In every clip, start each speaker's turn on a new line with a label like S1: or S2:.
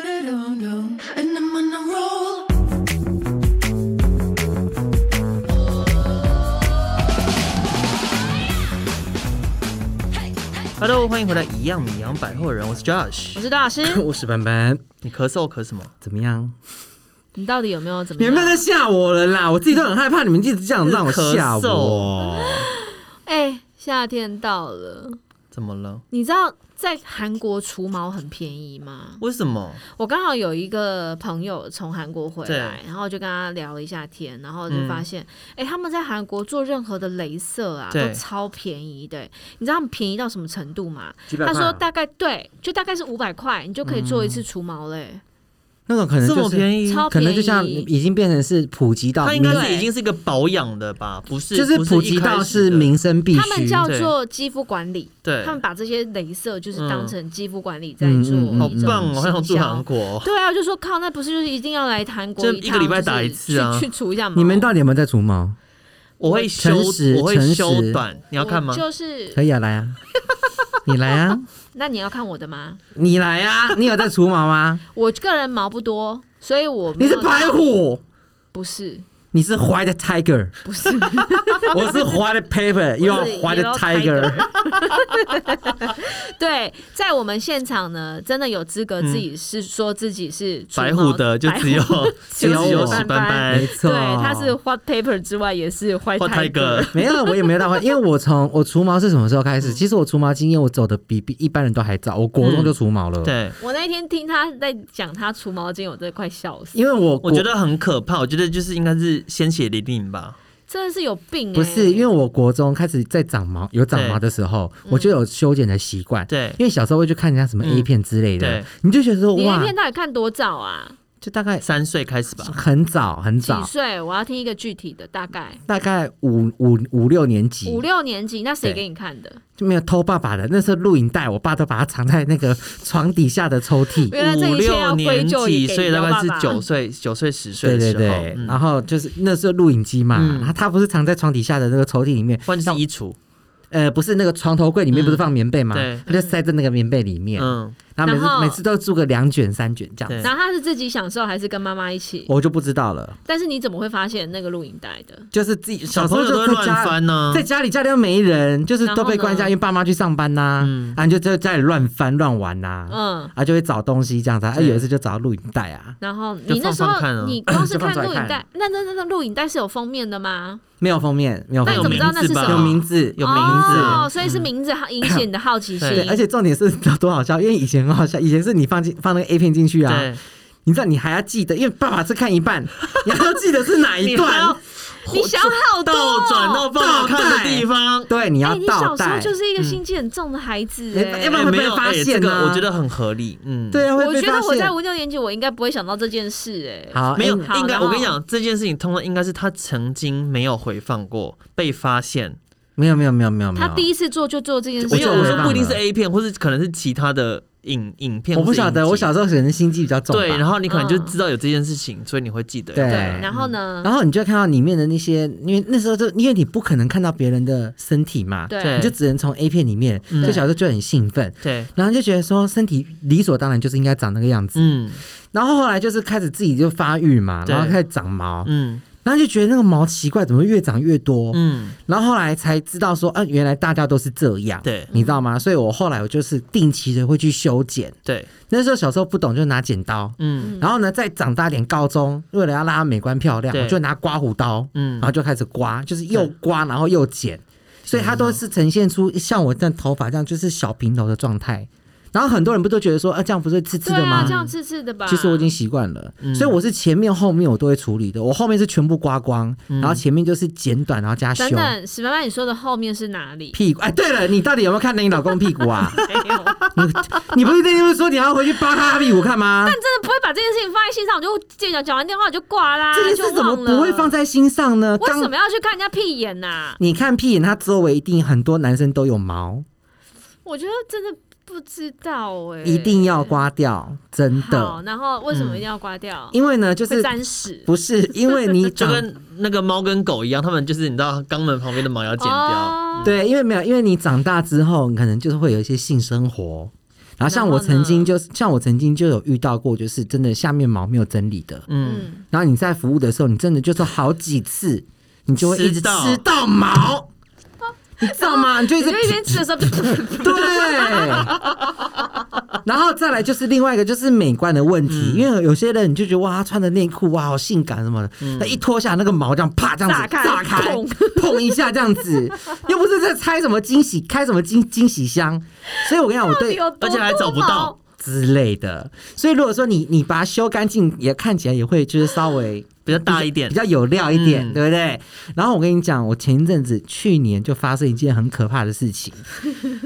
S1: And I'm on a roll.
S2: 哈喽，欢迎回来，一样米阳百货人，我是 Josh
S3: 我。是大师，
S4: 我是班班，
S2: 你咳嗽咳什么？
S4: 怎么样？
S3: 你到底有没有怎么
S4: 你们
S3: 样
S4: 不？要再吓我了啦！我自己都很害怕，你们一直这样让我吓
S2: 咳
S4: 我。
S3: 哎、夏天到了，
S2: 怎么了？
S3: 你知道在韩国除毛很便宜吗？
S2: 为什么？
S3: 我刚好有一个朋友从韩国回来，
S2: 对嗯
S3: 然后就跟他聊了一下天，然后就发现，哎、他们在韩国做任何的镭射啊，
S2: 对
S3: 都超便宜的。你知道他们便宜到什么程度吗？
S4: 几百
S3: 他
S4: 块
S3: 说大概对，就大概是五百块，你就可以
S2: 嗯
S3: 做一次除毛欸嘞、
S4: 那种可能
S2: 这
S4: 就
S2: 么
S4: 是，
S2: 便宜？
S3: 超
S4: 可
S3: 便宜。
S4: 能就像已经变成是普及到
S2: 它应
S4: 民，
S2: 该
S3: 对
S2: 是已经是一个保养的吧？不是，
S4: 就是
S2: 不
S4: 普
S2: 一
S4: 及
S2: 开
S4: 到
S2: 始
S4: 是
S2: 的
S4: 民生必
S3: 他们
S4: 须。
S3: 叫
S2: 对
S3: 做肌肤管理，
S2: 对，
S3: 他们把这些镭射就是
S2: 嗯
S3: 当成肌肤管理在
S4: 嗯
S3: 做
S4: 嗯嗯
S3: 一
S2: 好
S3: 种行销，
S2: 棒哦，好想住韩国。
S3: 对啊，就说靠，那不是就是一定要来韩国
S2: 就
S3: 趟
S2: 一个礼拜打一次啊
S3: 就是去去除一下毛。
S4: 你们到底有没有在除毛？
S2: 我会修
S4: 诚实，
S2: 我
S4: 诚
S2: 会
S4: 实
S2: 修短，你要看吗哎
S3: 我？就是
S4: 可以啊，来啊，你来啊，
S3: 那你要看我的吗？
S4: 你来啊，你有在除毛吗？
S3: 我个人毛不多，所以我没
S4: 你
S3: 有
S4: 是白虎，
S3: 不是
S4: 你是 White Tiger，
S3: 不是
S4: 我是 White Paper，又要
S3: 我是
S4: White
S3: Yellow Tiger
S4: Tiger。
S3: 对，在我们现场呢，真的有资格自己是说自己是除毛
S2: 白虎的就 只有就只有
S4: 我
S2: 史斑
S3: 斑斑
S2: 斑
S4: 没，
S3: 对
S4: 错，，
S3: 他是 white paper 之外也是 white
S2: 换
S3: tiger
S2: 哥，
S4: 没有，啊我也没有到会，因为我从我除毛是什么时候
S2: 嗯
S4: 开始？其实我除毛经验我走的比比一般人都还早，我国中就除毛了。，
S2: 对。
S3: 我那天听他在讲他除毛巾，我真的快笑死，
S4: 因为我
S2: 我觉得很可怕，我觉得就是应该是鲜血淋淋吧，
S3: 真的是有病、欸。
S4: 不
S2: 嗯
S4: 是，因为我国中开始在长毛有长毛的时候，我就有修剪的习惯。
S2: 对
S4: 因为小时候会去看人家什么
S2: 嗯
S4: A 片之类的
S2: 对，
S4: 你就觉得说
S3: 你那
S4: 哇
S3: 天，到底看多早啊？
S4: 就大概
S2: 三岁开始吧，
S4: 很早很
S3: 几
S4: 早，
S3: 岁？我要听一个具体的，大概
S4: 大概五五五六年级，
S3: 五六年级。那谁
S4: 对
S3: 给你看的？
S4: 就没有偷爸爸的，那时候录影带，我爸都把它藏在那个床底下的抽屉。
S3: 原来这
S2: 五
S3: 一切要
S2: 六
S3: 归
S2: 年
S3: 咎
S2: 级，
S3: 于
S2: 所以
S3: 给
S2: 大概是
S3: 爸爸
S2: 九岁、九岁、十岁
S4: 对
S2: 的
S4: 对
S2: 时候，
S4: 对，
S2: 嗯
S4: 然后就是那时候录影机嘛，
S2: 嗯
S4: 然后它不是藏在床底下的那个抽屉里面，
S2: 换就是衣橱，
S4: 呃，不是那个床头柜里面不是放棉被吗？
S2: 嗯对
S4: 它就塞在那个棉被里面，
S2: 嗯，
S4: 然后每次
S3: 然后
S4: 每次都住个两卷三卷这样
S2: 对
S4: 子，
S3: 然后他是自己享受还是跟妈妈一起？
S4: 我就不知道了，
S3: 但是你怎么会发现那个录影带的？
S4: 就是自己
S2: 小
S4: 小时
S2: 朋
S4: 候
S2: 友都会
S4: 就在
S2: 乱
S4: 家。
S2: 翻啊呢、
S4: 在家里家里又没人，就是
S3: 然后
S4: 都被关
S3: 呢
S4: 在家，因为爸妈去上班呐、
S2: 嗯
S4: 然后你就在家里乱翻乱玩呐、啊，
S3: 嗯，
S4: 就会找东西这样子啊。哎，
S2: 对
S4: 有一次就找到录影带啊，
S3: 然后
S2: 就
S3: 你那
S2: 放
S3: 时
S2: 上看
S3: 候
S2: 啊
S3: 你光是
S4: 就放
S3: 看
S4: 上来
S3: 录影
S4: 看
S3: 带，那那那那录影带是有封面的吗？
S4: 没有封面，没有
S3: 那
S4: 封
S3: 你怎么
S4: 面，
S3: 知道那是什
S2: 有名字吧
S3: 么？
S4: 有名字，有
S2: 名字啊嗯
S3: 哦，所以是名字引起你的好奇心
S2: 对。
S4: 对，而且重点是 多好笑，因为以前很好笑，以前是你放进放那个 A 片进去啊，
S2: 对，
S4: 你知道你还要记得，因为爸爸是看一 半，你还要记得是哪一
S2: 你还
S4: 段
S2: 要，
S3: 你想好多
S2: 倒
S3: 哦。
S2: 转到爸爸看的地方，
S4: 对，你
S3: 哎，
S4: 要
S3: 你
S4: 倒
S3: 小时候
S4: 带，
S3: 就是一个心机很重的孩子
S4: 哎
S3: 哎
S4: 要不
S2: 嗯哎
S4: 然会
S2: 没
S4: 被
S2: 有
S4: 发
S2: 哎这
S4: 现
S2: 个
S4: 啊
S2: 我觉得很合理，嗯，
S4: 对。啊，会
S3: 我
S4: 被
S3: 觉得
S4: 发
S3: 我在
S4: 现。
S3: 五六年级，我应该不会想到这件事哎、
S4: 好，
S2: 没有，
S4: 哎
S3: 好
S2: 应该
S3: 然后
S2: 我跟你讲，这件事情通常应该是他曾经没有回放过，被发现。
S4: 哎没有没有没有没有没有，
S3: 他第一次做就做这件事，啊
S2: 没有，
S4: 就
S2: 我
S4: 回
S2: 说
S4: 放
S2: 不一定是
S4: 了
S2: A 片，或是可能是其他的影影片。
S4: 我不
S2: 或是
S4: 晓
S2: 影
S4: 得，
S2: 集
S4: 我小时候可能心机比较重吧，
S2: 对，然后你可能就
S3: 嗯
S2: 知道有这件事情，所以你会记得。
S4: 对
S3: 对，然后
S2: 嗯
S3: 呢？
S4: 然后你就看到里面的那些，因为那时候就因为你不可能看到别人的身体嘛，
S3: 对
S4: 你就只能从 A 片里面，
S2: 嗯
S4: 就小时候就很兴奋，
S2: 对，
S4: 然后就觉得说身体理所当然就是应该长那个样子，
S2: 嗯
S4: 然后后来就是开始自己就发育嘛，
S2: 对
S4: 然后开始长毛，
S2: 嗯
S4: 然后就觉得那个毛奇怪，怎么越长越多？
S2: 嗯，
S4: 然后后来才知道说，啊，原来大家都是这样，
S2: 对
S4: 你知道吗？所以我后来我就是定期的会去修剪。
S2: 对，
S4: 那时候小时候不懂，就拿剪刀。
S2: 嗯
S4: 然后呢，再长大点，高中为了要让它美观漂亮，
S2: 对
S4: 我就拿刮胡刀，
S2: 嗯
S4: 然后就开始刮，就是又刮，然后又剪，所以它都是呈现出像我这样头发这样，就是小平头的状态。然后很多人不都觉得说，啊，这样不是刺刺
S3: 对
S4: 的吗？
S3: 啊，这样嗯刺刺的吧？
S4: 其实我已经习惯了，所以我是前面后面我都会处理的。我后面是全部刮光，然后前面就是剪短，然后加修
S3: 嗯等等，史妈妈，你说的后面是哪里？
S4: 屁股。哎，对了，你到底有没有看你老公屁股 啊？
S3: 没有，但真的
S4: 你你不是那天不是说你要回去扒他屁股看吗？
S3: 不会把这件事情放在心上，我就这讲讲完电话我就挂啦，
S4: 这件事怎么
S3: 就忘了
S4: 不会放？在心上呢？
S3: 为什
S4: 当
S3: 么要去看人家屁眼啊呐、
S4: 你看屁眼，它周围一定很多男生都有毛，
S3: 我觉得真的不知道哎、
S4: 一定要刮掉，真
S3: 好。
S4: 的。嗯
S3: 然后为什么一定要刮掉？
S4: 因为呢，就
S3: 会
S4: 是
S3: 沾屎。
S4: 不是因为你
S2: 就
S4: 长
S2: 跟那个猫跟狗一样，他们就是你知道肛门旁边的毛要剪掉，
S3: 哦，
S4: 对，因为没有，因为你长大之后，你可能就是会有一些性生活。然后像我
S3: 然后呢
S4: 曾经就是，像我曾经就有遇到过，就是真的下面毛没有整理的，
S3: 嗯，
S4: 然后你在服务的时候，你真的就是好几次，你就会一
S2: 吃
S4: 直
S2: 到
S4: 吃到毛，你知 道吗？你就一
S3: 你
S4: 直
S3: 就一边吃的时候就
S4: 对，然后再来就是另外一个就是美观的问题，因为有些人你就觉得哇，他穿的内裤啊哇好性感什么的，那、一脱下那个毛这样啪这样子
S3: 炸开
S4: 炸开
S3: 砰，
S4: 碰一下这样子，又不是在拆什么惊喜，开什么惊惊喜箱，所以我跟你讲，我 对
S3: 有多
S2: 而且还找不到，
S4: 之类的，所以如果说你你把它修干净，也看起来也会就是稍微。
S2: 比较大一点
S4: 比，较有料一点，
S2: 嗯
S4: 对不对？然后我跟你讲，我前一阵子去年就发生一件很可怕的事情，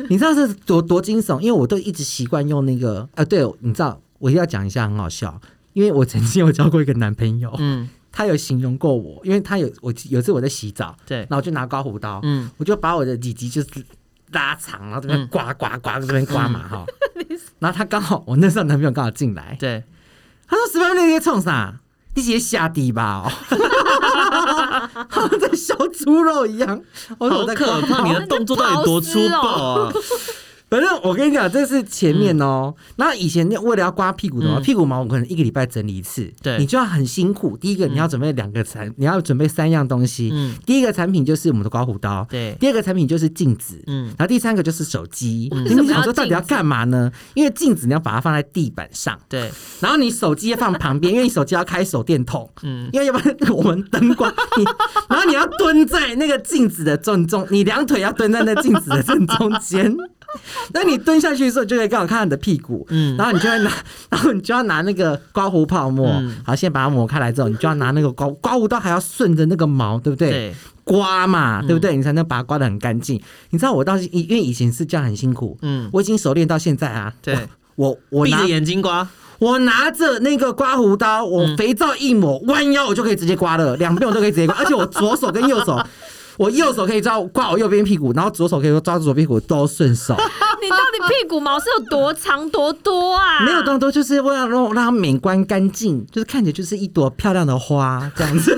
S4: 你知道是多多惊悚？因为我都一直习惯用那个，啊，对，你知道，我一定要讲一下，很好笑，因为我曾经有交过一个男朋友，
S2: 嗯，
S4: 他有形容过我，因为他有我有一次我在洗澡，
S2: 对
S4: 然，后我就拿刮胡刀，
S2: 嗯
S4: 我就把我的里脊就是拉长，然后这边
S2: 嗯
S4: 刮刮刮这边刮嘛 哈，然后他刚好我那时候男朋友刚好进来，
S2: 对，
S4: 他说：“十八那天冲啥？你直接下地 吧、哦，好像在削猪肉一样。”我说：“
S2: 好
S4: 哦我在
S2: 可怕！
S4: 看
S2: 你的动作到底多粗暴啊？
S4: 反正我跟你讲，这是前面哦。然后以前为了要刮屁股的话，
S2: 嗯
S4: 屁股毛我可能一个礼拜整理一次，
S2: 对
S4: 你就要很辛苦。第一个你要准备两个产，你要准备三样东西。
S2: 嗯
S4: 第一个产品就是我们的刮胡刀，
S2: 对
S4: 第二个产品就是镜子，
S2: 嗯
S4: 然后第三个就是手机。
S3: 嗯
S4: 你想说到底要干嘛呢？因为镜子你要把它放在地板上，
S2: 对，
S4: 然后你手机要放旁边，因为你手机要开手电筒，
S2: 嗯
S4: 因为要不然我们灯光，你 然后你要蹲在那个镜子的正中，你两腿要蹲在那镜子的正中间。那你蹲下去的时候，就可以刚好看到你的屁股，
S2: 嗯
S4: 然后你就会拿， 然后你就要拿那个刮胡泡沫，
S2: 嗯
S4: 好，先把它抹开来之后，你就要拿那个刮刮胡刀，还要顺着那个毛，对不对？
S2: 对嗯
S4: 刮嘛，对不对？你才能把它刮得很干净。你知道我到因因为以前是这样很辛苦，
S2: 嗯
S4: 我已经熟练到现在啊，
S2: 对，
S4: 我我
S2: 闭
S4: 拿
S2: 着眼睛刮，
S4: 我拿着那个刮胡刀，
S2: 嗯
S4: 我肥皂一抹，弯腰我就可以直接刮了，两边我都可以直接 刮，而且我左手跟右手，我右手可以抓刮我右边屁股，然后左手可以抓住左屁股，都顺手，
S2: 啊
S3: 你到底屁股毛是有多长多多啊？
S4: 没有动作，就是为了让让它美观干净，就是看起来就是一朵漂亮的花这样 子。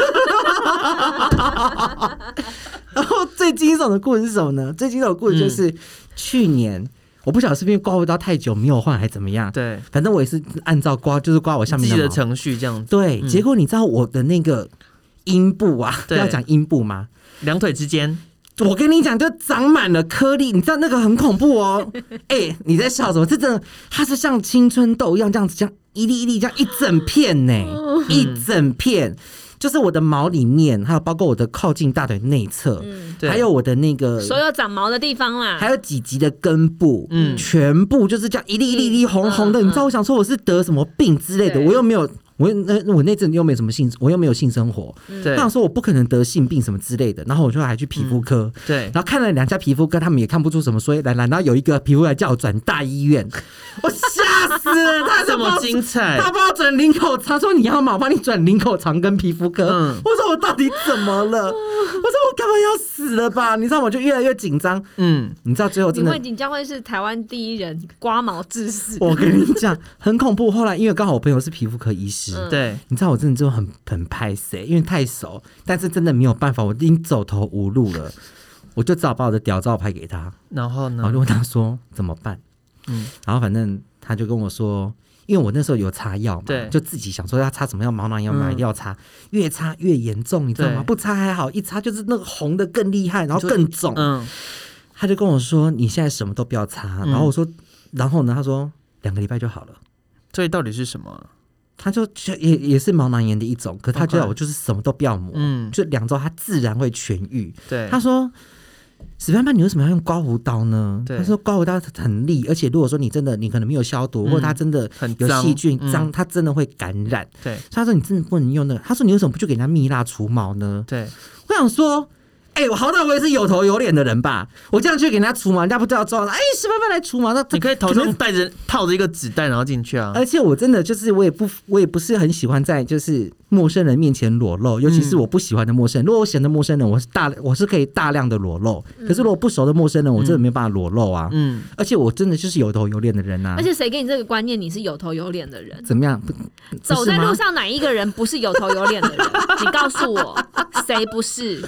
S4: 然后最惊悚的故事是什么呢？最惊悚的故事就是、
S2: 嗯
S4: 去年。我不晓得是不是因为刮胡刀太久没有换，还怎么样？
S2: 对，
S4: 反正我也是按照刮，就是刮我下
S2: 自
S4: 面
S2: 己的
S4: 毛
S2: 程序这样子，
S4: 对，结果你知道我的那个阴部啊，
S2: 嗯 对
S4: 要讲阴部吗？
S2: 两腿之间，
S4: 我跟你讲，就长满了颗粒，你知道那个很恐 怖哦。哎、你在笑什么？这真的，它是像青春痘一样这样子，这样一粒一粒这样一整片呢、
S2: 哦
S4: 一整片，就是我的毛里面，还有包括我的靠近大腿内侧，
S2: 嗯对
S4: 还有我的那个
S3: 所有长毛的地方啦
S4: 还，有几级的根部，嗯，全部就是这样一粒一粒一粒红红的。
S3: 嗯嗯
S4: 你知道我想说我是得什么病之类的，
S3: 对
S4: 我又没有，我又那我那阵又没什么性，我又没有性生活，
S2: 对
S4: 我想说我不可能得性病什么之类的。然后我就还去皮肤科，
S2: 对
S4: 然，后看了两家皮肤科，他们也看不出什么所以然来。然后有一个皮肤科叫我转大医院，我吓死了，他
S2: 这么精
S4: 精。
S2: 彩，
S4: 他帮我转领口长，说你要嘛，我帮你转领口长跟皮肤科。
S2: 嗯
S4: 我说我到底怎么了？我说我干嘛要死了吧？你知道我就越来越紧张，
S2: 嗯，
S4: 你知道最后
S3: 你
S4: 哦真的
S3: 会，你将会是台湾第一人刮毛致死。
S4: 我跟你讲很恐怖。后来因为刚好我朋友是皮肤科医师，
S3: 嗯
S2: 对，
S4: 你知道我真的就很很拍谁，因为太熟，但是真的没有办法，我已经走投无 路了，我就只好把我的屌照拍给他，
S2: 然后
S4: 然后
S2: 呢
S4: 就，问他说怎么办，
S2: 嗯
S4: 然后反正他就跟我说。因为我那时候有擦药嘛
S2: 对，
S4: 就自己想说要擦什么药，毛囊要买
S2: 嗯
S4: 药擦，越擦越严重，你知道
S2: 对
S4: 吗？不擦还好，一擦就是那个红的更厉害，然后更肿。
S2: 嗯，
S4: 他就跟我说：“你现在什么都不要擦。
S2: 嗯
S4: 然后我说：“然后呢？”他说：“两个礼拜就好了。
S2: 所以到底是什么？”啊
S4: 他就就也也是毛囊炎的一种，可他
S2: OK
S4: 觉得我就是什么都不要抹，
S2: 嗯，
S4: 就两周他自然会痊愈。
S2: 对
S4: 他，说：“史班班，你为什么要用刮胡刀呢？”
S2: 对
S4: 他说：“刮胡刀很利，而且如果说你真的你可能没有消毒，或者它真的
S2: 嗯很
S4: 有
S2: 脏
S4: 细菌
S2: 嗯
S4: 脏，它真的会感染。”
S2: 对
S4: 所以他说：“你真的不能用那个。”他说：“你为什么不去给人家蜜蜡除毛呢？”
S2: 对，
S4: 我想说，哎、我好歹我也是有头有脸的人吧，我这样去给人家除毛，人家不知道抓，哎、十八八来除毛，那
S2: 你可以头
S4: 可
S2: 上
S4: 能
S2: 带着套着一个纸袋，然后进去啊，
S4: 而且我真的就是我也不我也不是很喜欢在就是陌生人面前裸露，尤其是我不喜欢的陌生人。如果我选的陌生人，我是大我是可以大量的裸露，可是如果不熟的陌生人，我真的没办法裸露啊。
S2: 嗯，
S4: 而且我真的就是有头有脸的人啊。
S3: 而且谁给你这个观念？你是有头有脸的人。
S4: 怎么嗯样？不
S3: 走在路，
S4: 不是吗
S3: 上哪一个人不是有头有脸的人？你告诉我，谁不是？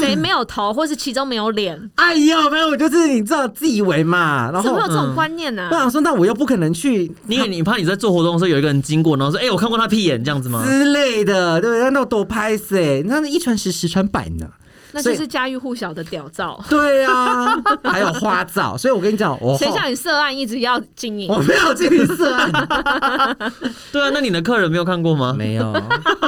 S3: 谁没有头，或是其中没有脸，
S4: 哎呦，没有，我就是你知道自以为嘛，然
S3: 怎
S4: 后嗯
S3: 么会有
S4: 我
S3: 这种观念啊呢、
S4: 想说，那我又不可能去
S2: 你你怕你在做活动的时候有一个人经过，然后说：“哎、我看过他屁眼这样子吗
S4: 之类的，对不对？那多拍死哎，那一传十，十传百呢。
S3: 那
S4: 所
S3: 就
S4: 以
S3: 是家喻户晓的屌照。
S4: 对啊， 还有花照，所以我跟你讲，我
S3: 谁
S4: 后
S3: 叫你涉案一直要经营
S4: 我？没有去色啊，？”
S2: 对啊，那你的客人没有看过吗？
S4: 没有。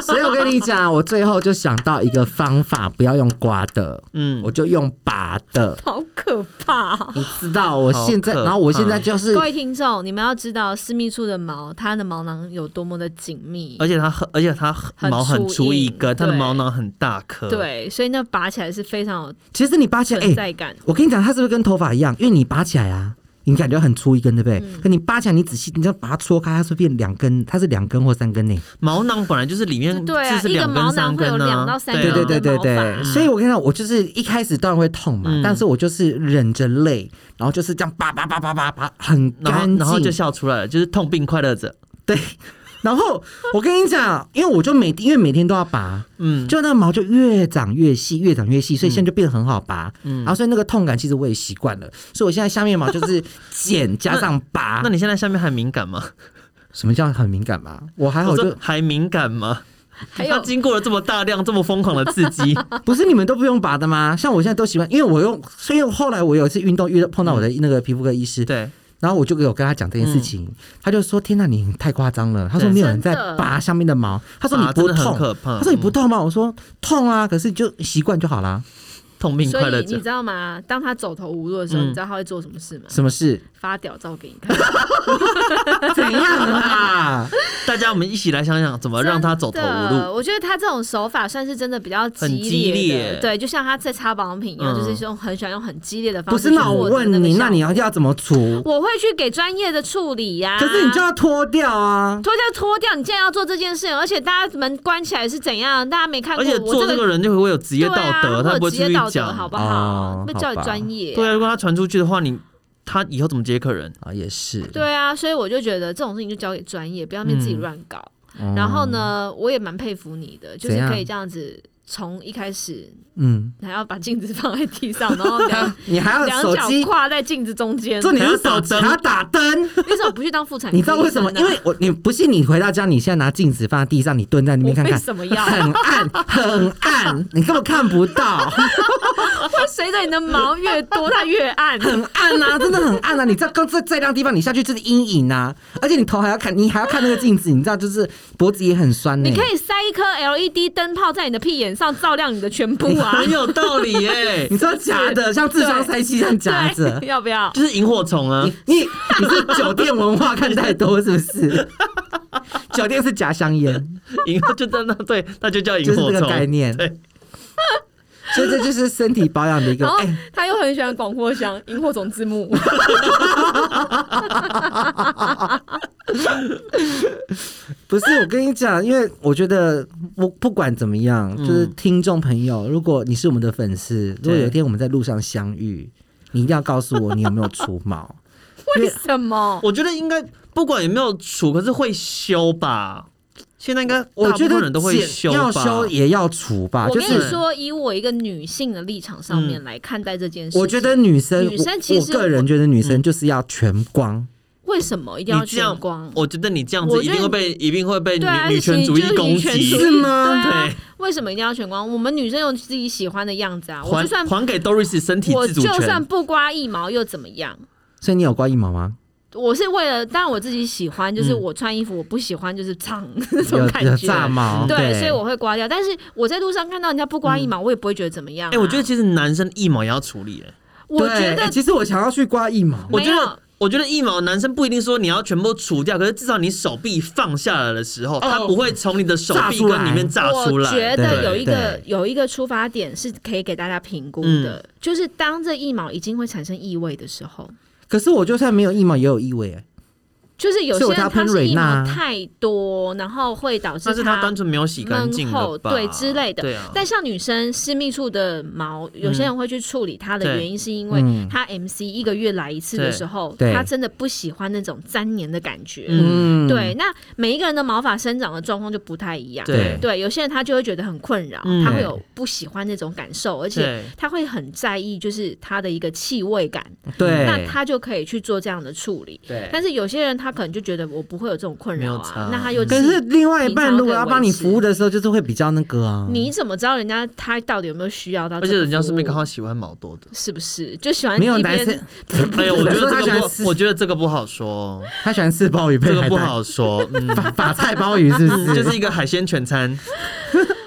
S4: 所以我跟你讲，我最后就想到一个方法，不要用刮的，
S2: 嗯
S4: 我就用拔的。
S3: 好可怕哦、
S4: 你知道我现在，
S2: 好可怕
S4: 然后我现在就是
S3: 各位听众，你们要知道私密处的毛，它的毛囊有多么的紧密。
S2: 而
S4: 哎
S2: 且它很，而且它
S3: 很
S2: 毛很
S3: 粗
S2: 粗一
S3: 硬
S2: 根，它的
S3: 对
S2: 毛囊很大颗。，
S3: 对，所以那拔起来是非常有
S4: 其实你拔起来，哎、
S3: 存在感。
S4: 我跟你讲，它是不是跟头发一样？因为你拔起来啊，你感觉很粗一根，对不对？可你拔起来，你仔细，你要把它搓开，它是变两根，它是两根或三根呢。
S2: 毛囊本来就是里面
S3: 对啊
S2: 就是
S3: 一个
S2: 两
S3: 毛
S2: 根
S3: 囊
S2: 三
S3: 会有
S2: 根
S3: 两
S2: 呢、
S3: 到
S2: 啊，
S3: 三
S4: 对
S3: 根
S4: 对
S2: 啊
S4: 对对
S3: 毛
S4: 对，
S3: 发
S4: 所以我跟你讲，我就是一开始当然会痛嘛，
S2: 嗯
S4: 但是我就是忍着泪，然后就是这样拔拔拔拔拔拔，很
S2: 然后
S4: 干净。
S2: 然后就笑出来了，就是痛并快乐着。
S4: 对，然后我跟你讲，因为我就每因为每天都要拔，
S2: 嗯，
S4: 就那毛就越长越细，越长越细，所以现在就变得很好拔。
S2: 嗯
S4: 然后所以那个痛感其实我也习惯了，所以我现在下面毛就是剪加上 拔
S2: 那。你现在下面还敏感吗？
S4: 什么叫很敏感吗？我还好
S2: 我
S4: 就
S2: 说还敏感吗？
S3: 还
S2: 他
S3: 有
S2: 经过了这么大量、这么疯狂的刺 激，
S4: 不是你们都不用拔的吗？像我现在都喜欢，因为我用，所以后来我有一次运动遇到碰到我的
S2: 嗯
S4: 那个皮肤科医师，
S2: 对，
S4: 然后我就有跟他讲这件事情，他就说：“天呐，你太夸张了。”他说：“
S2: 对
S4: 没有人在
S3: 真的
S4: 拔下面的毛。”他说：“你
S2: 拔
S4: 不
S2: 啊真的
S4: 痛
S2: 很？”可怕嗯
S4: 他说：“你不痛吗？”我说：“痛啊，可是就习惯就好啦。
S2: 痛并
S3: 所
S2: 快乐
S3: 以你
S2: 着
S3: 知。道吗？当他走投无路的时候，
S2: 嗯
S3: 你知道他会做什么事吗”？
S4: 什么 事？
S3: 发屌照给你 看，
S4: 怎样啊？
S2: 大家我们一起来想想怎么让他走投无
S3: 真
S2: 路
S3: 的。我觉得他这种手法算是真的比较激
S2: 很激
S3: 烈的，
S2: 烈
S3: 对，就像他在擦保养品一样，
S2: 嗯
S3: 就是用很喜欢用很激烈的方
S4: 不
S3: 式。
S4: 是，那我问你，那你要要怎么除？
S3: 我会去给专业的处理呀、
S4: 可是你就要脱掉啊！
S3: 脱掉脱掉，你竟然要做这件事，而且大家门关起来是怎样？大家没看过，
S2: 而且
S3: 我
S2: 做
S3: 这
S2: 这个人就会有职业
S3: 对
S2: 道德，
S3: 啊，
S2: 他不
S3: 我有
S2: 会
S3: 职
S2: 出
S3: 业
S2: 去
S3: 道德
S2: 讲。
S3: 好不
S4: 哦
S3: 好？会叫
S4: 好
S3: 你
S4: 吧
S3: 专业。
S2: 对啊，如果他传出去的话，你他以后怎么接客 人？
S4: 啊，也是。
S3: 对啊，所以我就觉得这种事情就交给专业，不要面自己乱搞。
S4: 嗯
S3: 然后？呢，我也蛮佩服你的，就是
S4: 怎样
S3: 可以这样子，从一开始
S4: 嗯，
S3: 还要把镜子放在地上，然后 两
S4: 你还要
S3: 两
S4: 手
S3: 脚
S4: 机，
S3: 跨在镜子中间。
S4: 重点是
S2: 还
S4: 手
S2: 要打
S4: 机
S2: 灯
S4: 还要打灯。
S3: 为什么不去当妇产科
S4: 你
S3: 医
S4: 知道
S3: 生呢？
S4: 为什么？因为我你不信，你回到家，你现在拿镜子放在地上，你蹲在那
S3: 我
S4: 边看
S3: 为
S4: 看，
S3: 什么要？
S4: 很暗，很暗，你根本看不到，
S3: 会随着你的毛越多，它越 暗。
S4: 很暗啊，真的很暗啊！你知道，刚在在亮地方，你下去就是阴影啊，而且你头还要看，你还要看那个镜子，你知道，就是脖子也很酸呢、
S3: 你可以塞一颗 LED 灯泡在你的屁眼上，照亮你的全部 啊
S2: 很！有道理耶、
S4: 你知道夹的像智商塞气这样夹着
S3: 对，， 要不要？
S2: 就是萤火虫啊
S4: 你，你你是酒店文化看太多是不是？ 酒店是夹香烟，
S2: 萤就在那对，那就叫萤
S4: 就是
S2: 火
S4: 这个
S2: 虫
S4: 概念
S2: 对，
S4: 所以这就是身体保养的一个
S3: 然后
S4: 哎。啊
S3: 他又很喜欢广藿香，萤火虫之 墓。
S4: 不是，我跟你讲，因为我觉得我不管怎么样，
S3: 嗯
S4: 就是听众朋友，如果你是我们的粉丝，如果有一天我们在路上相遇，你一定要告诉我你有没有除毛。
S3: 为什么？
S2: 我觉得应该不管有没有除，可是会修吧。现在应该
S4: 我
S2: 大部
S4: 觉
S2: 分
S4: 得
S2: 人都会
S4: 剪
S2: 修
S4: 要
S2: 吧。
S4: 修也要除吧，
S2: 啊
S3: 我
S4: 就
S3: 跟你
S4: 是
S3: 说，以我一个女性的立场上
S2: 嗯
S3: 面来看待这件事情，
S4: 我觉得女生，
S3: 女生
S4: 我
S3: 其实
S4: 我个人觉得女
S2: 嗯
S4: 生就是要全光，
S3: 为什么一定要
S2: 你这
S3: 全
S2: 样
S3: 光，？
S2: 我觉得你这样
S3: 我
S2: 子一
S3: 觉得
S2: 定会被，一定会被女
S3: 对啊，
S2: 女权主义
S3: 就是
S2: 攻
S3: 女权主义
S2: 击
S4: 是。吗
S3: 对啊
S2: 对，
S3: 为什么一定要全光？我们女生有自己喜欢的样子啊，我
S2: 还
S3: 就算
S2: 还给 Doris 身体
S3: 我
S2: 自主
S3: 就算
S2: 权。
S3: 不刮一毛又怎么样？
S4: 所以你有刮腋 毛吗？
S3: 我是为了，当然我自己喜欢，就是
S2: 嗯
S3: 我穿衣服我不喜欢就是烫 那
S4: 有
S3: 种感
S4: 有炸
S3: 觉。
S4: 毛，
S3: 对，所以我会刮掉。但是我在路上看到人家不刮一毛，我也不会觉得怎么样啊。
S2: 哎、我觉得其实男生一毛也要处理、哎，
S3: 我
S4: 对
S3: 觉得
S4: 哎其实我想要去刮腋毛，
S2: 我
S3: 没
S2: 觉
S3: 有
S2: 得。我觉得一毛男生不一定说你要全部除掉，可是至少你手臂放下来的时候，它不会从你的手
S4: 炸
S2: 臂
S4: 出来
S2: 跟里面炸出来。
S3: 哦我觉得
S4: 对
S3: 有一个
S4: 对嗯
S3: 有一个出发点是可以给大家评估的，就是当这一毛已经会产生异味的时候，
S4: 可是我就算没有腋毛也有异味哎。
S3: 就是有些
S4: 所以我才要
S3: 人他
S4: 喷
S3: 是
S4: 瑞
S3: 疫
S4: 娜
S3: 苗太多，然后会导致
S2: 但是他单纯没有洗干净
S3: 闷
S2: 了
S3: 厚
S2: 吧？
S3: 对之类的。
S2: 对啊，
S3: 但像女生私密处的毛，有些人会去处理它的
S2: 对
S3: 原因，是因为
S4: 嗯
S3: 她 MC 一个月来一次
S2: 对
S3: 的时候，
S4: 对
S3: 她真的不喜欢那种粘黏的感觉。
S2: 嗯
S3: 对，那每一个人的毛发生长的状况就不太一样。
S2: 对
S3: 对，有些人他就会觉得很困扰，
S2: 嗯
S3: 他会有不喜欢那种感受，而且
S2: 对
S3: 他会很在意，就是他的一个气味感。
S4: 对，
S3: 那他就可以去做这样的处理。
S2: 对
S3: 但是有些人他可能就觉得我不会有这种困扰
S2: 没有差
S3: 啊，那他又
S4: 可是另外一半如果要帮你服务
S3: 的，
S4: 的时候，就是会比较那个啊。
S3: 你怎么知道人家他到底有没有需要到这
S2: 而
S3: 个服务？。
S2: 且人家顺便刚好喜欢毛多 的
S3: 是不是就喜欢
S4: 没有
S3: 一
S4: 男
S3: 边
S4: 生，
S2: 哎呀，我觉得
S4: 他
S2: 这
S4: 喜
S2: 个
S4: 欢
S2: 不，
S4: 吃
S2: 我觉得这个不好说，
S4: 他喜欢吃鲍鱼配
S2: 这个
S4: 海
S2: 不
S4: 带，
S2: 好说， 嗯，
S4: 法菜鲍鱼是不
S2: 嗯
S4: 是？
S2: 就是一个海鲜全餐，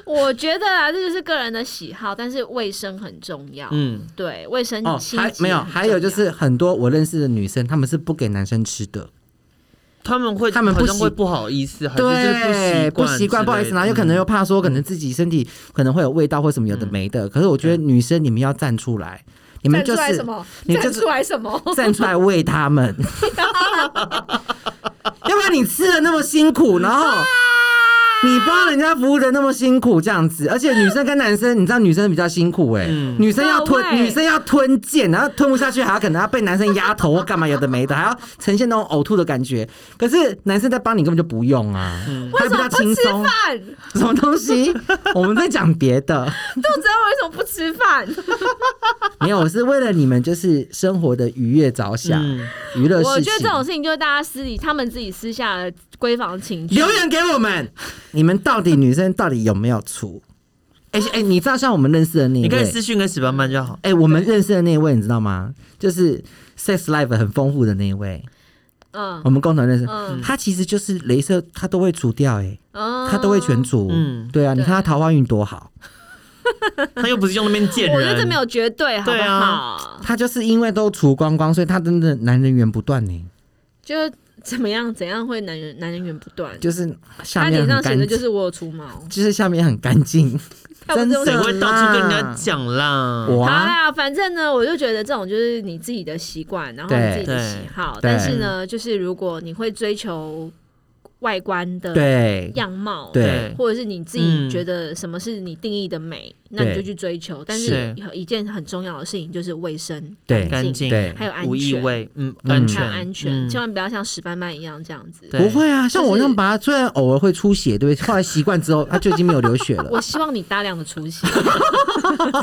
S3: 我觉得啊，这就是个人的喜好，但是卫生很重要。
S2: 嗯，
S3: 对，卫生
S4: 哦，
S3: 清洁
S4: 还没有，
S3: 很重
S4: 还有就
S3: 要
S4: 是很多我认识的女生，她们是不给男生吃的，
S2: 他们会，
S4: 他们不
S2: 好像
S4: 习
S2: 会不好意思，还是啊就是
S4: 对，
S2: 不
S4: 不
S2: 习
S4: 习
S2: 惯之类的，嗯
S4: 惯，不好意思，然后又可能又怕说，可能自己身体可能会有味道或什么有的没的。可是我觉
S2: 嗯
S4: 得女生你们要站出来，你们
S3: 站
S4: 就
S3: 出来
S4: 是
S3: 什么？
S4: 你们就
S3: 站
S4: 是
S3: 出来什么？
S4: 站出来为他们， 要不然你吃的那么辛苦，然后你帮人家服务的那么辛苦，这样子，而且女生跟男生，你知道女生比较辛苦哎、女生要吞
S3: 各，位
S4: 女生要吞剑，然后吞不下去，还要可能要被男生压头或干嘛有的没的，还要呈现那种呕吐的感觉。可是男生在帮你根本就不用啊，他比较轻松。
S3: 饭，
S4: 什么东西？我们在讲别的，
S3: 肚子饿为什么不吃饭？
S4: 没有，我是为了你们就是生活的愉悦着想，
S2: 嗯
S4: 娱乐事情。
S3: 我觉得这种事情就是大家私底他们自己私下的闺房情趣。
S4: 留言给我们，你们到底女生到底有没有 出？哎、哎、你知道像我们认识的那一
S2: 你可以
S4: 位，
S2: 私讯给史班班就好。
S4: 哎、我们认识的那一位，你知道吗？就是 sex life 很丰富的那一位，
S3: 嗯
S4: 我们共同认识，
S3: 嗯
S4: 他其实就是镭射，他都会除掉、
S3: 嗯
S4: 哎，他都会全除，
S2: 嗯
S4: 嗯，对啊，你
S3: 对
S4: 看他桃花运多好，
S2: 他又不是用那边见人，
S3: 我觉得这没有绝对，好不
S2: 对
S3: 好？嗯
S2: 啊
S4: 他就是因为都除光光，所以他真的男人缘不断哎呢、
S3: 就是怎么样怎样会男人男人缘不断。
S4: 就是下
S3: 他
S4: 面
S3: 脸
S4: 很
S3: 上写
S4: 干
S3: 的
S4: 净，
S3: 就是我有除毛，
S4: 就是下面很干净，
S3: 他不是
S4: 真
S2: 谁
S4: 的
S2: 会到处跟人家讲啦？
S4: 我
S3: 好
S4: 啊，
S3: 啦，反正呢，我就觉得这种就是你自己的习惯，然后
S4: 对
S3: 你自己的喜好。
S4: 对
S3: 但是呢，就是如果你会追求外观的
S4: 对
S3: 样貌，
S4: 对
S3: 或者是你自
S2: 嗯
S3: 己觉得什么是你定义的美，那你就
S4: 对
S3: 去追求。但
S2: 是
S3: 是有一件很重要的事情就是卫生、
S4: 对
S2: 干
S3: 干
S2: 净
S3: 净、
S4: 对，
S3: 还有安
S2: 无异
S3: 全。
S2: 味，嗯，安全，
S3: 还有安全，
S2: 嗯
S3: 千万不要像石斑斑一样这样子。
S2: 对
S4: 不会啊，像我
S3: 就是
S4: 那样把它，虽然偶尔会出血，对不对？后 来习惯之后，它就已经没有流血了。
S3: 我希望你大量的 出席。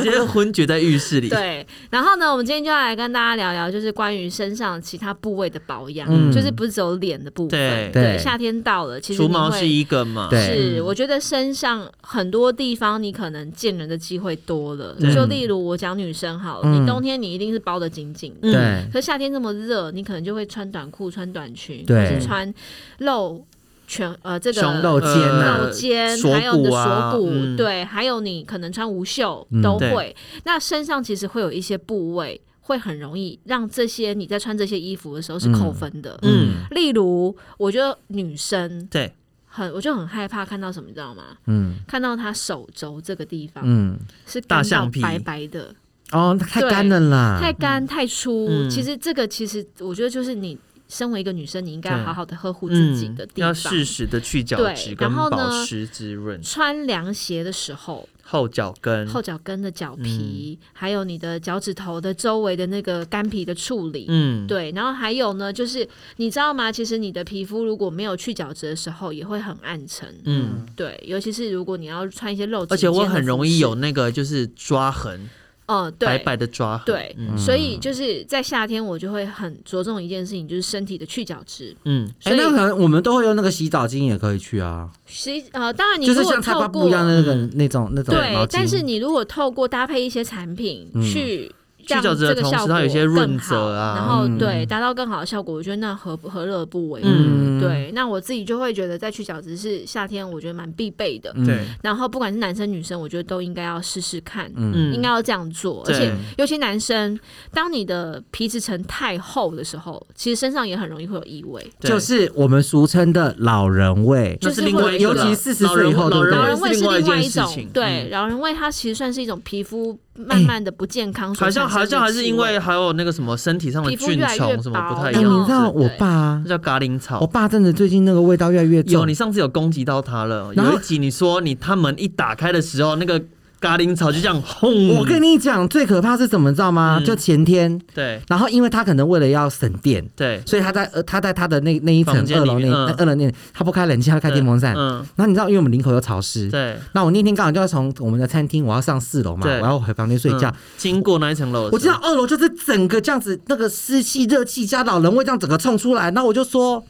S2: 直接昏厥在浴室里。
S3: 对，然后呢，我们今天就要来跟大家聊聊，就是关于身上其他部位的保养，
S4: 嗯
S3: 就是不是只有脸的部分。
S2: 对
S4: 对
S3: 夏天到了，其实
S2: 除
S3: 你
S2: 毛
S3: 会
S2: 是一嗯个嘛？
S4: 对
S3: 是，我觉得身上很多地方你可能见人的机会多了，
S4: 对
S2: 嗯
S3: 就例如我讲女生好了，
S4: 嗯
S3: 你冬天你一定是包的紧紧的，
S2: 嗯
S4: 对
S3: 可是夏天这么热，你可能就会穿短裤、穿短裙，或
S4: 对
S3: 是穿露全呃这个
S2: 胸
S4: 露肩啊
S3: 露肩，
S2: 锁
S3: 还有你的
S2: 骨啊
S3: 锁骨，
S2: 呃嗯
S3: 对，还有你可能穿无袖
S4: 嗯
S3: 都
S2: 对
S3: 会。那身上其实会有一些部位会很容易让这些你在穿这些衣服的时候是扣分的。
S2: 嗯，
S3: 例如，我觉得女生
S2: 对，
S3: 很，我就很害怕看到什么，你知道吗？
S4: 嗯
S3: 看到她手肘这个地方、
S4: 嗯，
S3: 是干
S2: 大
S3: 到
S2: 象皮
S3: 白白的，
S4: 哦，太干了啦，
S3: 太干太粗，
S2: 嗯
S3: 其实这个其实我觉得就是你身为一个女生，你应该
S2: 对
S3: 好好的呵护自己
S2: 嗯
S3: 的，地
S2: 要
S3: 方。
S2: 适时的去角
S3: 对
S2: 质跟
S3: 然后呢
S2: 保湿滋润
S3: 穿凉鞋的时候，
S2: 后脚跟。
S3: 后脚跟的脚皮，还有你的脚趾头的周围的那个干皮的处理。
S2: 嗯，
S3: 对，然后还有呢，就是你知道吗？其实你的皮肤如果没有去角质的时候，也会很暗沉。
S2: 嗯，
S3: 对，尤其是如果你要穿一些露指，
S2: 而且我很容易有，那个就是抓痕，
S3: 嗯，对，
S2: 白白的抓痕。
S3: 对，
S2: 嗯
S3: 所以就是在夏天，我就会很着重一件事情，就是身体的去角质。
S2: 嗯，
S3: 所
S4: 哎、
S3: 以
S4: 那可能我们都会用那个洗澡巾，也可以去啊，
S3: 洗呃，当然你
S4: 就
S3: 如
S4: 是
S3: 果
S4: 像菜
S3: 透
S4: 花
S3: 过嗯
S4: 布一样的那个那种那种毛
S3: 对，
S4: 巾，
S3: 但是你如果透过搭配一些产品
S4: 嗯
S3: 去。
S2: 去角质的
S3: 这个
S2: 同时
S3: 效
S2: 它
S3: 果
S2: 有一些润
S3: 更好
S2: 泽啊
S3: 然后
S4: 嗯
S3: 对达到更好的效果，我觉得那何何乐而不为？
S2: 嗯
S3: 对。那我自己就会觉得在去角质是夏天我觉得蛮必备的，
S4: 嗯
S2: 对，
S3: 然后不管是男生女生，我觉得都应该要试试看，
S2: 嗯，
S3: 应该要这样做。而
S2: 对
S3: 且尤其男生，当你的皮脂层太厚的时候，其实身上也很容易会有异味。
S2: 对
S4: 就是我们俗称的老人味，
S2: 那
S3: 就是
S2: 另外一个啦，
S4: 尤其40岁以后
S2: 老人
S4: 对嗯
S3: 老
S2: 老
S3: 人
S2: 人
S3: 味是
S2: 另
S3: 另
S2: 外
S3: 外
S2: 一
S3: 一
S2: 件
S3: 种
S2: 事情，嗯
S3: 对，老人味它其实算是一种皮肤慢慢的不健康所
S2: 好
S3: 产生
S2: 像
S3: 的气味，
S2: 好像还是因为还有那个什么身体上的
S3: 皮肤
S2: 菌
S3: 越来越
S2: 虫什么
S3: 薄
S2: 不太
S4: 哎、
S2: 一
S3: 哎
S2: 样，
S4: 你知道
S3: 对
S4: 我爸、啊
S2: 那，叫嘎铃草
S4: 我。爸真的最近那个味道越来越
S2: 有，
S4: 重
S2: 你。上次有攻击到他了。
S4: 然后
S2: 有一集你说你他门一打开的时候，那个嘎铃草就这样轰。
S4: 我跟你讲，最可怕是怎么知道吗？
S2: 嗯
S4: 就前天，
S2: 对
S4: 然后因为他可能为了要省电，
S2: 对，
S4: 所以他在呃他在他的那那一层
S2: 房间
S4: 二
S2: 里
S4: 楼那
S2: 面嗯
S4: 那二楼那他不开冷气，他开电风扇。
S2: 嗯，
S4: 然后你知道，因为我们领口又潮湿，
S2: 对
S4: 那我那天刚好就要从我们的餐厅，我要上四楼嘛，
S2: 对
S4: 我要回房间睡觉。
S2: 嗯经过那一层楼的时候，
S4: 我知道二楼就是整个这样子，那个湿气、热气加老人味这样整个冲出来，那我就说：“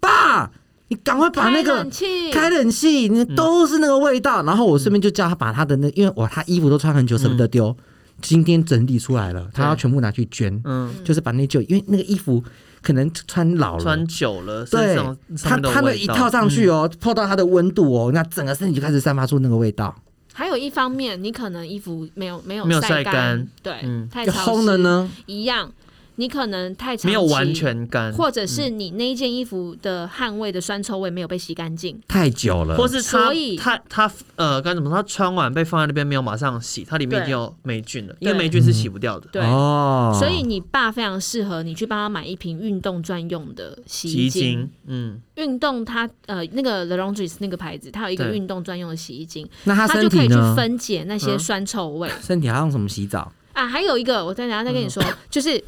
S4: 爸，你赶快把那
S3: 开
S4: 个
S3: 冷气
S4: 开冷气，你都是那个味道。然后我顺便就叫他把他的那，因为我他衣服都穿很久，舍不得
S3: 嗯
S4: 丢，今天整理出来了，他要全部拿去捐，
S2: 嗯，
S4: 就是把那旧，因为那个衣服可能穿老了，
S2: 穿久了，身
S4: 对
S2: 上上
S4: 他
S2: 面都有
S4: 他那
S2: 味
S4: 一
S2: 道嗯
S4: 套上去哦，
S3: 嗯
S4: 碰到他的温度哦，那整个身体就开始散发出那个味道。
S3: 还有一方面，你可能衣服没有没有
S2: 没有晒
S3: 晒
S2: 干
S3: 对，
S2: 嗯
S3: 太潮
S4: 烘了
S3: 湿
S4: 呢，
S3: 一样，你可能太长
S2: 没有
S3: 期
S2: 完，全嗯干，
S3: 或者是你那一件衣服的汗味的酸臭味没有被洗干净，
S4: 太久了，
S2: 或是他
S3: 所以
S2: 他他呃该怎么说？他穿完被放在那边没有马上洗，它里面已
S3: 对
S2: 经有霉菌了，因为
S3: 对嗯
S2: 霉菌是洗不掉的。
S3: 对。
S4: 哦，
S3: 所以你爸非常适合你去帮他买一瓶运动专用的洗
S2: 洗衣
S3: 衣
S2: 精，嗯，
S3: 运动它呃那个 The Laundry 那个牌子，它有一个
S2: 对
S3: 运动专用的洗衣精，
S4: 那他
S3: 它就
S4: 身
S3: 可
S4: 体
S3: 以去
S4: 呢？
S3: 分解那些
S2: 嗯
S3: 酸臭味、
S4: 身体还用什么洗澡？
S3: 啊。还有一个，我再等一下再跟你说，
S4: 嗯
S3: 就是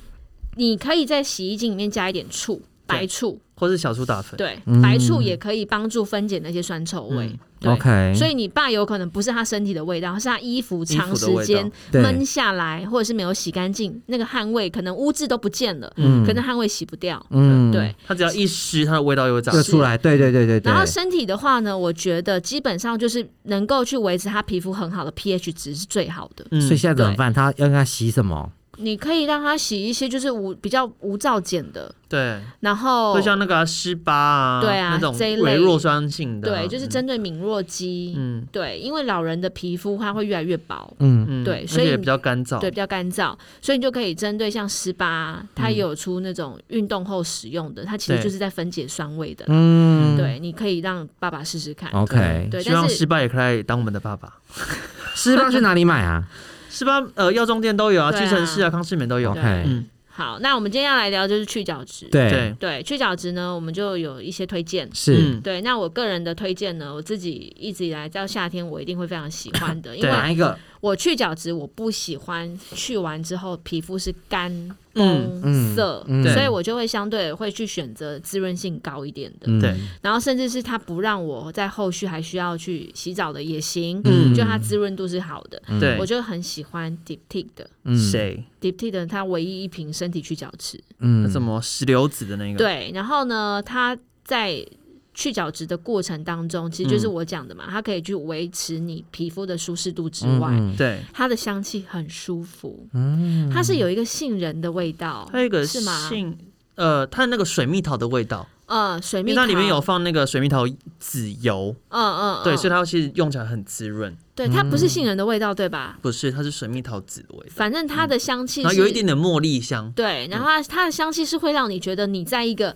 S3: 你可以在洗衣精里面加一点醋，白醋，
S2: 或是小苏打粉，
S3: 对，
S4: 嗯
S3: 白醋也可以帮助分解那些酸臭味。
S2: 嗯
S3: 对
S4: OK
S3: 所以你爸有可能不是他身体的味道，是他衣服
S2: 衣服
S3: 长
S2: 的
S3: 时
S2: 味道
S3: 间
S4: 对
S3: 闷下来，或者是没有洗干净，那个汗味可能污渍都不见了，
S4: 嗯
S3: 可能汗味洗不掉。
S4: 嗯，
S3: 对，
S2: 它只要一湿，它的味道就会炸
S4: 就。出来，对对对对对
S3: 然后。身体的话呢，我觉得基本上就是能够去维持他皮肤很好的 pH 值是最好的。
S2: 嗯
S4: 所以现在怎么办？他要让他洗什么？
S3: 你可以让他洗一些就是无比较无皂碱的，
S2: 对，
S3: 然后
S2: 会像那个啊湿疤啊，
S3: 哦对啊
S2: 那种
S3: 这一类
S2: 微弱酸性的啊，
S3: 对，就是针对敏弱肌，
S2: 嗯
S3: 对，因为老人的皮肤它会越来越薄，
S4: 嗯，
S2: 嗯，
S3: 对
S2: 而
S3: 所以
S2: 且也比较干燥，
S3: 对，比较干燥，所以你就可以针对像十八，它也有出那种运动后使用的，它其实
S2: 对
S3: 就是在分解酸味的。
S4: 嗯
S3: 对，你可以让爸爸试试看。
S4: ，OK。
S3: 对，
S2: 希望
S3: 但
S2: 失
S3: 是
S2: 败也可以当我们的爸爸。
S4: 湿包去哪里买啊
S2: 湿疤呃，药妆店都有啊，
S3: 对啊
S2: 屈臣氏啊、康士美都有。
S4: ？OK，
S2: 嗯，
S3: 好，那我们今天要来聊就是去角质。
S4: 对，
S2: 对，
S3: 对，去角质呢，我们就有一些推荐。
S4: 是
S2: 嗯
S3: 对，那我个人的推荐呢，我自己一直以来到夏天我一定会非常喜欢 的，因
S2: 对
S3: 为
S4: 哪一个？
S3: 我去角质，我不喜欢去完之后皮肤是干、
S2: 嗯
S4: 嗯
S3: 崩、涩、
S4: 嗯
S2: 对
S3: 所以我就会相对会去选择滋润性高一点的、
S4: 嗯
S2: 对，
S3: 然后甚至是它不让我在后续还需要去洗澡的也行，
S2: 嗯
S3: 就它滋润度是好的，
S2: 对
S3: 我就很喜欢 Diptic 的。
S4: 嗯，
S2: 谁？
S3: Diptic 的它唯一一瓶身体去角质，
S2: 那
S4: 嗯
S2: 什么石榴籽的那个？
S3: 对，然后呢，它在去角质的过程当中，其实就是
S2: 嗯
S3: 我讲的嘛，它可以去维持你皮肤的舒适度之
S4: 嗯
S3: 外，
S4: 嗯
S2: 对，
S3: 它的香气很舒服，
S4: 嗯
S3: 它是有一个杏仁的味道，
S2: 它有一个
S3: 是吗？
S2: 杏，呃，它那个水蜜桃的味道，
S3: 呃，水
S2: 因
S3: 蜜
S2: 为
S3: 桃
S2: 它里面有，放那个水蜜桃籽油，
S3: 嗯嗯，
S2: 对，所以
S3: 它
S2: 它其实用起来很滋润。
S3: 对它不是杏仁的味道，对吧？
S2: 不是，它是水蜜桃籽的味道，
S3: 反正它的香
S2: 嗯
S3: 气
S2: 然后
S3: 是
S2: 有一点点茉莉香。
S3: 对，然后它它的香气是会让你觉得你在一个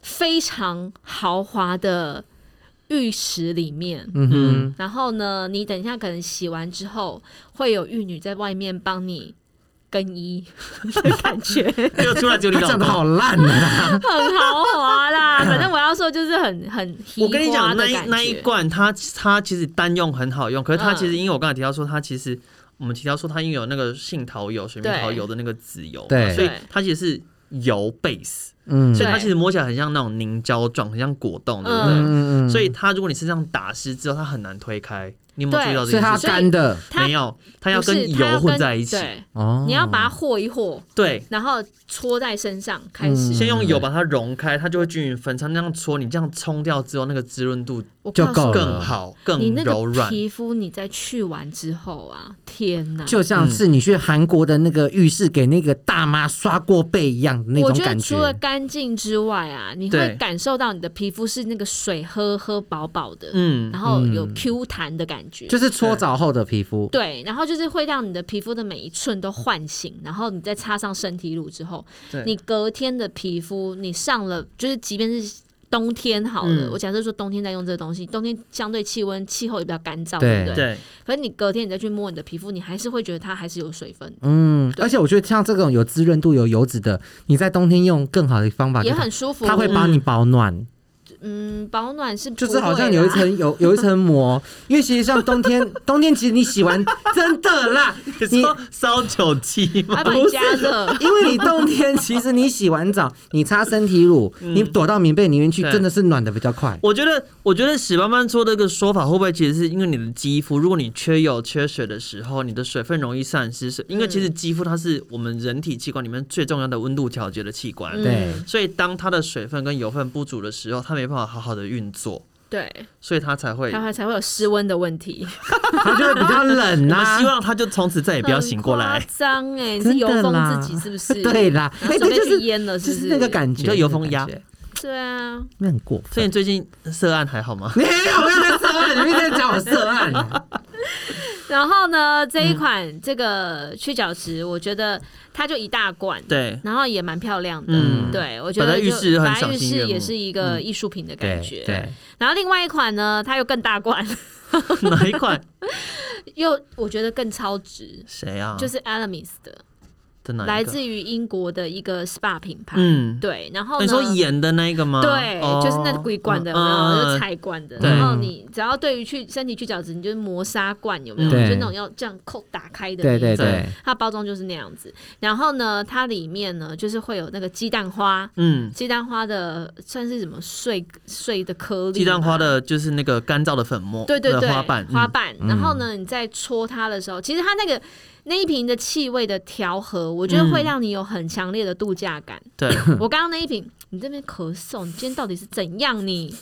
S3: 非常豪华的浴室里面。
S4: 嗯哼，
S2: 嗯，
S3: 然后呢，你等一下可能洗完之后，会有玉女在外面帮你更 衣的感觉，
S2: 嗯又出来只有你
S4: 他
S2: 老
S4: 长得
S2: 公。
S4: 好烂 啊！
S3: 很豪华啦。反正我要说就是很很
S2: 我跟你讲，
S3: 嘻哈的
S2: 那一
S3: 感
S2: 那一
S3: 觉
S2: 罐它它其实单用很好用，可是它
S3: 嗯
S2: 其实因为我刚才提到说它其实我们提到说它因为有那个杏桃油、水蜜桃油的那个籽油嘛，
S4: 对
S2: 所以
S3: 对
S2: 它其实是油 base，
S4: 嗯
S2: 所以它
S3: 对
S2: 其实摸起来很像那种凝胶状，很像果冻，对不对？
S4: 嗯嗯，
S2: 所以它如果你身上打湿之后，它很难推开。你有没有
S3: 对
S2: 注意到这
S4: 所以它
S2: 件
S4: 要
S2: 事情？
S4: 干的
S3: 它
S2: 没有，它要
S3: 不是
S2: 跟
S3: 它要
S2: 油混
S3: 跟
S2: 在一起。
S3: 对
S4: 哦，
S3: 你要把它和一和，
S2: 对，
S3: 然后搓在身上开始。
S2: 先用油把它融开，它就会均匀分叉。那样搓，你这样冲掉之后，那个滋润度
S3: 我
S4: 就
S3: 告诉
S4: 够了
S2: 更好、更
S3: 你那
S2: 柔
S3: 个
S2: 软。
S3: 皮肤，你在去完之后啊，天哪！
S4: 就像是你去韩国的那个浴室给那个大妈刷过背一样的那
S3: 我
S4: 种
S3: 觉得
S4: 感
S3: 除了干净之外啊，你
S2: 对
S3: 会感受到你的皮肤是那个水喝喝饱饱的，
S2: 嗯，
S3: 然后有 Q 弹的感觉。
S4: 就是搓澡后的皮肤，
S3: 对，然后就是会让你的皮肤的每一寸都唤醒，然后你再擦上身体乳之后
S2: 对，
S3: 你隔天的皮肤，你上了就是即便是冬天好了，
S2: 嗯
S3: 我假设说冬天在用这个东西，冬天相对气温气候也比较干燥，
S4: 对
S3: 对不对？
S2: 对，
S3: 可是你隔天你再去摸你的皮肤，你还是会觉得它还是有水分，
S4: 嗯，而且我觉得像这种有滋润度、有油脂的，你在冬天用更好的方法，
S3: 也很舒服。
S4: 它会帮你保暖，
S3: 嗯保暖是
S4: 就
S3: 不
S4: 是
S3: 会
S4: 好像有一
S3: 啦
S4: 层有有一层膜， 因为其实像冬天， 冬天其实你洗完真的啦，
S2: 你
S4: 你
S2: 说烧酒气吗？
S3: 还把你加热。
S4: 因为你冬天其实你洗完澡，你擦身体乳，
S3: 嗯
S4: 你躲到棉被里面去，
S2: 对
S4: 真的是暖的比较快。
S2: 我觉得，我觉得史班班说的一个说法，会不会其实是因为你的肌肤，如果你缺油、缺水的时候，你的水分容易散失，是因为其实
S3: 嗯
S2: 肌肤它是我们人体器官里面最重要的温度调节的器官，
S3: 嗯
S4: 对，
S2: 所以当它的水分跟油分不足的时候，它没办法好好的运作，
S3: 对，
S2: 所以它才会。
S3: 它
S2: 我
S3: 会才会有失温的问题。
S4: 它就会比较冷啊
S2: 们
S4: 啦
S2: 希。望它就从此再也不要醒过
S3: 很
S2: 来。
S3: 夸张哎，你
S4: 真
S3: 是
S4: 的
S3: 油
S4: 啦
S3: 封自己是不是？
S4: 对啦，
S3: 然后
S4: 哎，
S3: 准
S4: 对，
S3: 备
S4: 就
S3: 去
S4: 是
S3: 淹了，
S4: 就是是
S3: 不
S4: 那个感觉，
S2: 你就油封鸭
S4: 那个感觉
S3: 对啊，
S4: 那很过
S2: 所以
S4: 分。
S2: 你最近涉案还好 吗？
S4: 没有，我要在涉案，你们在讲我涉案。
S3: 然后呢，这一款这个去角质，我觉得它就一大罐，
S2: 对，
S3: 然后也蛮漂亮的。
S2: 嗯
S3: 对，我觉
S2: 摆
S3: 得
S2: 在浴
S3: 就
S2: 室很
S3: 摆在
S2: 赏
S3: 浴
S2: 心
S3: 室
S2: 悦
S3: 也
S2: 目嗯
S3: 是一个艺术品的感觉。
S4: 对对，
S3: 然后另外一款呢，它又更大罐，
S2: 嗯哪一款？
S3: 又我觉得更超值，
S2: 谁啊？
S3: 就是 Elemis 的，
S2: 的哪一个
S3: 来自于英国的一个 SPA 品牌。
S2: 嗯，
S3: 对，然后
S2: 你
S3: 呢？
S2: 说演的那一个吗？
S3: 对，
S2: 哦
S3: 就是那鬼罐的，有
S2: 嗯
S3: 没
S2: 嗯
S3: 有？
S2: 嗯
S3: 就菜罐的。
S2: 对嗯
S3: 然后你只要对于去身体去角质，你就是磨砂罐，有没有？
S4: 对
S3: 就那种要这样扣打开的那
S4: 对
S3: 一种。
S4: 对
S2: 对
S4: 对，
S3: 它包装就是那样子。然后呢，它里面呢就是会有那个鸡蛋花，
S2: 嗯，
S3: 鸡蛋花的算是什么碎碎的颗粒，
S2: 鸡蛋花。的就是那个干燥的粉末，
S3: 对对对，
S2: 的花瓣，嗯
S3: 花瓣然后呢，你在戳它的时候，其实它那个那一瓶的气味的调和，我觉得会
S2: 嗯
S3: 让你有很强烈的度假感。
S2: 对，
S3: 我刚刚那一瓶，你这边咳嗽，你今天到底是怎样你？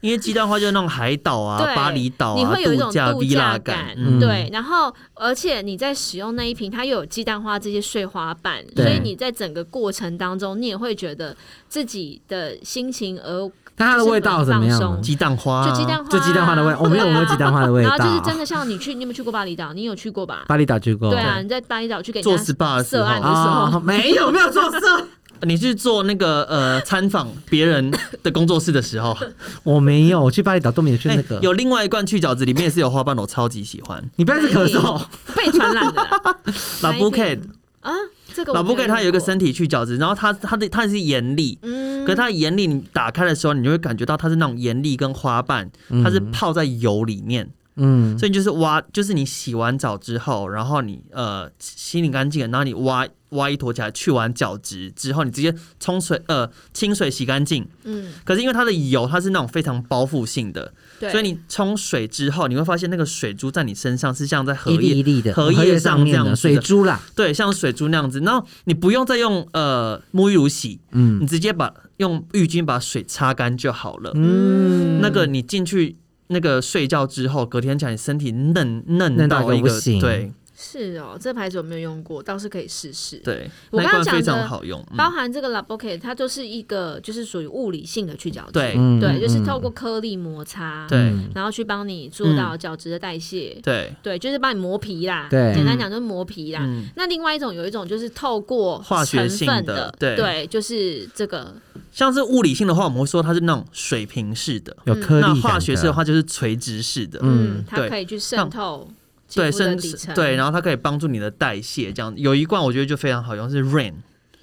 S2: 因为鸡蛋花就是那种海岛啊、
S3: 对
S2: 巴厘岛
S3: 你
S2: 啊、
S3: 会有一种
S2: 假
S3: 度假
S2: villa 感，嗯
S4: 嗯
S3: 对。然后，而且你在使用那一瓶，它又有鸡蛋花这些碎花瓣，
S4: 对
S3: 所以你在整个过程当中，你也会觉得自己的心情而
S4: 那它的味道怎么样呢？
S2: 鸡蛋花哦啊，
S3: 就鸡蛋花、
S4: 就鸡蛋花的味，我没有闻过鸡蛋花的 味
S3: 然
S4: 道。
S3: 后就是真的像你去，你有没有去过 巴厘岛？你有去过吧？
S4: 巴厘岛去过，
S3: 对啊，你在巴厘岛去给人
S2: 做
S3: 家
S2: SPA 的时
S3: 涉案
S2: 候，啊
S3: 的时候，
S4: 哦，没有没有做色，
S2: 你是做那个呃参访别人的工作室的时候，
S4: 我没有，我去巴厘岛都没有去那
S2: 哎
S4: 个。
S2: 有另外一罐去角质，里面也是有花瓣的，我超级喜欢。
S4: 你不要是咳嗽，
S3: 被传染的啦
S2: 老
S3: 哪一
S2: 布
S3: 瓶
S2: K，
S3: 啊！这个我
S2: 老布
S3: 没
S2: K 它有一个
S3: 用过，
S2: 身体去角质，然后它它的它也是盐粒。
S3: 嗯
S2: 可是它的盐粒你打开的时候，你就会感觉到它是那种盐粒跟花瓣，它是泡在油里面，
S4: 嗯，
S2: 所以就是挖，就是你洗完澡之后，然后你呃洗脸干净了，然后你挖挖一坨起来，去完角质之后，你直接冲水呃清水洗干净。
S3: 嗯，
S2: 可是因为它的油它是那种非常包覆性的，
S3: 对，
S2: 所以你冲水之后，你会发现那个水珠在你身上是像在荷
S4: 一粒一
S2: 叶
S4: 粒的，
S2: 荷
S4: 荷
S2: 叶
S4: 叶
S2: 上
S4: 上
S2: 这
S4: 面
S2: 样子
S4: 的
S2: 的
S4: 水珠啦，
S2: 对像水珠那样子，然后你不用再用呃沐浴乳洗，
S4: 嗯
S2: 你直接把用浴巾把水擦干就好了。
S4: 嗯，
S2: 那个你进去那个睡觉之后，隔天起来你身体嫩嫩
S4: 嫩到
S2: 到一
S4: 一个
S2: 个
S4: 不行
S2: 对
S3: 是哦，这牌子我没有用过，倒是可以试试。
S2: 对，
S3: 我
S2: 那一
S3: 刚刚
S2: 罐
S3: 讲
S2: 非
S3: 的
S2: 常好用。嗯
S3: 包含这个 Laboke，它就是一个就是属于物理性的去角质，
S2: 对
S4: 嗯
S3: 对，就是透过颗粒摩擦，
S2: 对嗯
S3: 然后去帮你做到角质的代谢，
S2: 对，
S3: 对，就是帮你磨皮啦，
S4: 对
S3: 简单讲就是磨皮啦。
S2: 嗯，
S3: 那另外一种有一种就是透过
S2: 化学
S3: 成
S2: 性
S3: 分
S2: 的
S3: 的，
S2: 对
S3: 就是这个
S2: 像是物理性的话，我们会说它是那种水平式的；
S4: 有颗粒
S2: 那
S4: 感
S2: 化学式的，话就是垂直式的。
S3: 嗯
S4: 嗯，
S3: 它
S2: 对
S3: 可以去渗透肌
S2: 对，
S3: 肤的
S2: 甚
S3: 底
S2: 至
S3: 层，
S2: 对，然后它可以帮助你的代谢，这样有一罐我觉得就非常好用，是 Rain。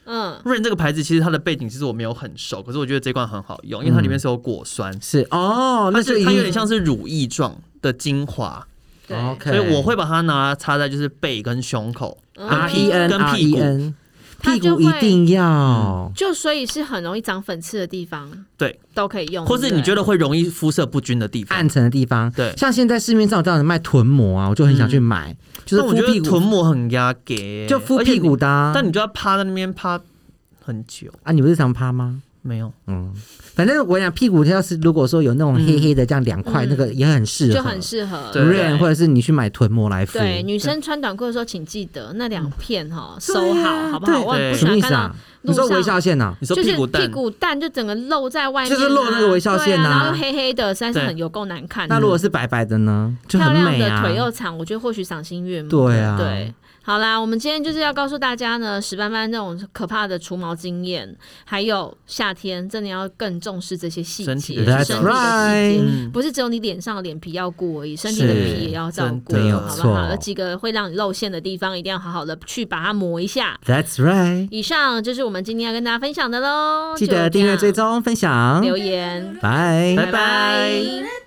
S3: 嗯，
S2: Rain 这个牌子其实它的背景其实我没有很熟，可是我觉得这罐很好用，因为它里面是有果酸，
S4: 嗯是哦，那
S2: 但
S4: 就是已
S2: 它有
S4: 经
S2: 点像是乳液状的精华，
S3: 对，
S4: 哦 OK，
S2: 所以我会把它拿来擦在就是背跟胸口，
S3: 嗯
S4: R
S2: 屁
S4: E N
S2: 跟
S4: R
S2: 屁
S4: E
S2: 股
S4: N，
S3: 它
S4: 屁
S3: 就
S4: 股
S3: 会
S4: 一定
S2: 嗯
S4: 要，
S3: 就所以是很容易长粉刺的地方，
S2: 对，
S3: 都可以用，
S2: 或是你觉
S3: 得
S2: 得会容易肤色不均的地方
S4: 暗。沉的地方，
S2: 对
S4: 像现在市面上有这样的卖臀膜啊，我就很想去买，就
S2: 但
S4: 是
S2: 我
S4: 敷
S2: 觉得
S4: 屁
S2: 臀
S4: 股，
S2: 膜很压给，
S4: 就敷
S2: 而且
S4: 屁
S2: 你
S4: 股的啊。
S2: 但你就要趴在那边趴很久，
S4: 啊，你不是常趴吗？
S2: 没有，
S4: 反正我想屁股要是如果说有那种黑黑的这样两块，
S3: 嗯
S4: 那个也很适合，
S3: 就很适合，
S2: 对
S4: 润，或者是你去买臀膜来敷。
S3: 对，女生穿短裤的时候，请记得那两片哈
S4: 对
S3: 收好，
S4: 啊
S3: 好不好？
S4: 对
S3: 我很不喜
S4: 什么
S3: 欢
S4: 意
S3: 看
S4: 思
S3: 到
S4: 啊？
S3: 路
S4: 你
S3: 上
S4: 说微笑线啊？
S2: 你说
S3: 就是
S2: 股蛋，
S3: 蛋就整个露在外面啊，
S4: 就是露那个微笑线
S3: 对
S4: 啊
S3: 然后又黑黑的，实在是
S2: 对
S3: 很有够难看的。
S4: 那如果是白白的呢，就
S3: 嗯漂
S4: 很
S3: 亮
S4: 美
S3: 的
S4: 啊。
S3: 腿又长，我觉得或许赏心悦目。
S4: 对啊
S3: 对。好啦，我们今天就是要告诉大家呢，史斑斑那种可怕的除毛经验，还有夏天真的要更重视这些细节，
S2: 身
S3: 身
S2: 体的
S3: 体的
S2: 细
S3: 细
S2: 节
S3: 节
S2: 嗯，
S3: 不是只有你脸上的脸皮要顾而已，身体的
S4: 是
S3: 皮也要照顾，
S2: 真的
S3: 好
S4: 没有
S3: 不
S4: 错
S3: 好？有几个会让你露馅的地方，一定要好好的去把它磨一下。
S4: That's right，
S3: 以上就是我们今天要跟大家分享的喽，
S4: 记得
S3: 就这
S4: 订
S3: 样
S4: 阅、追、踪、分享，
S3: 留言，
S4: 拜。
S2: 拜拜
S3: 拜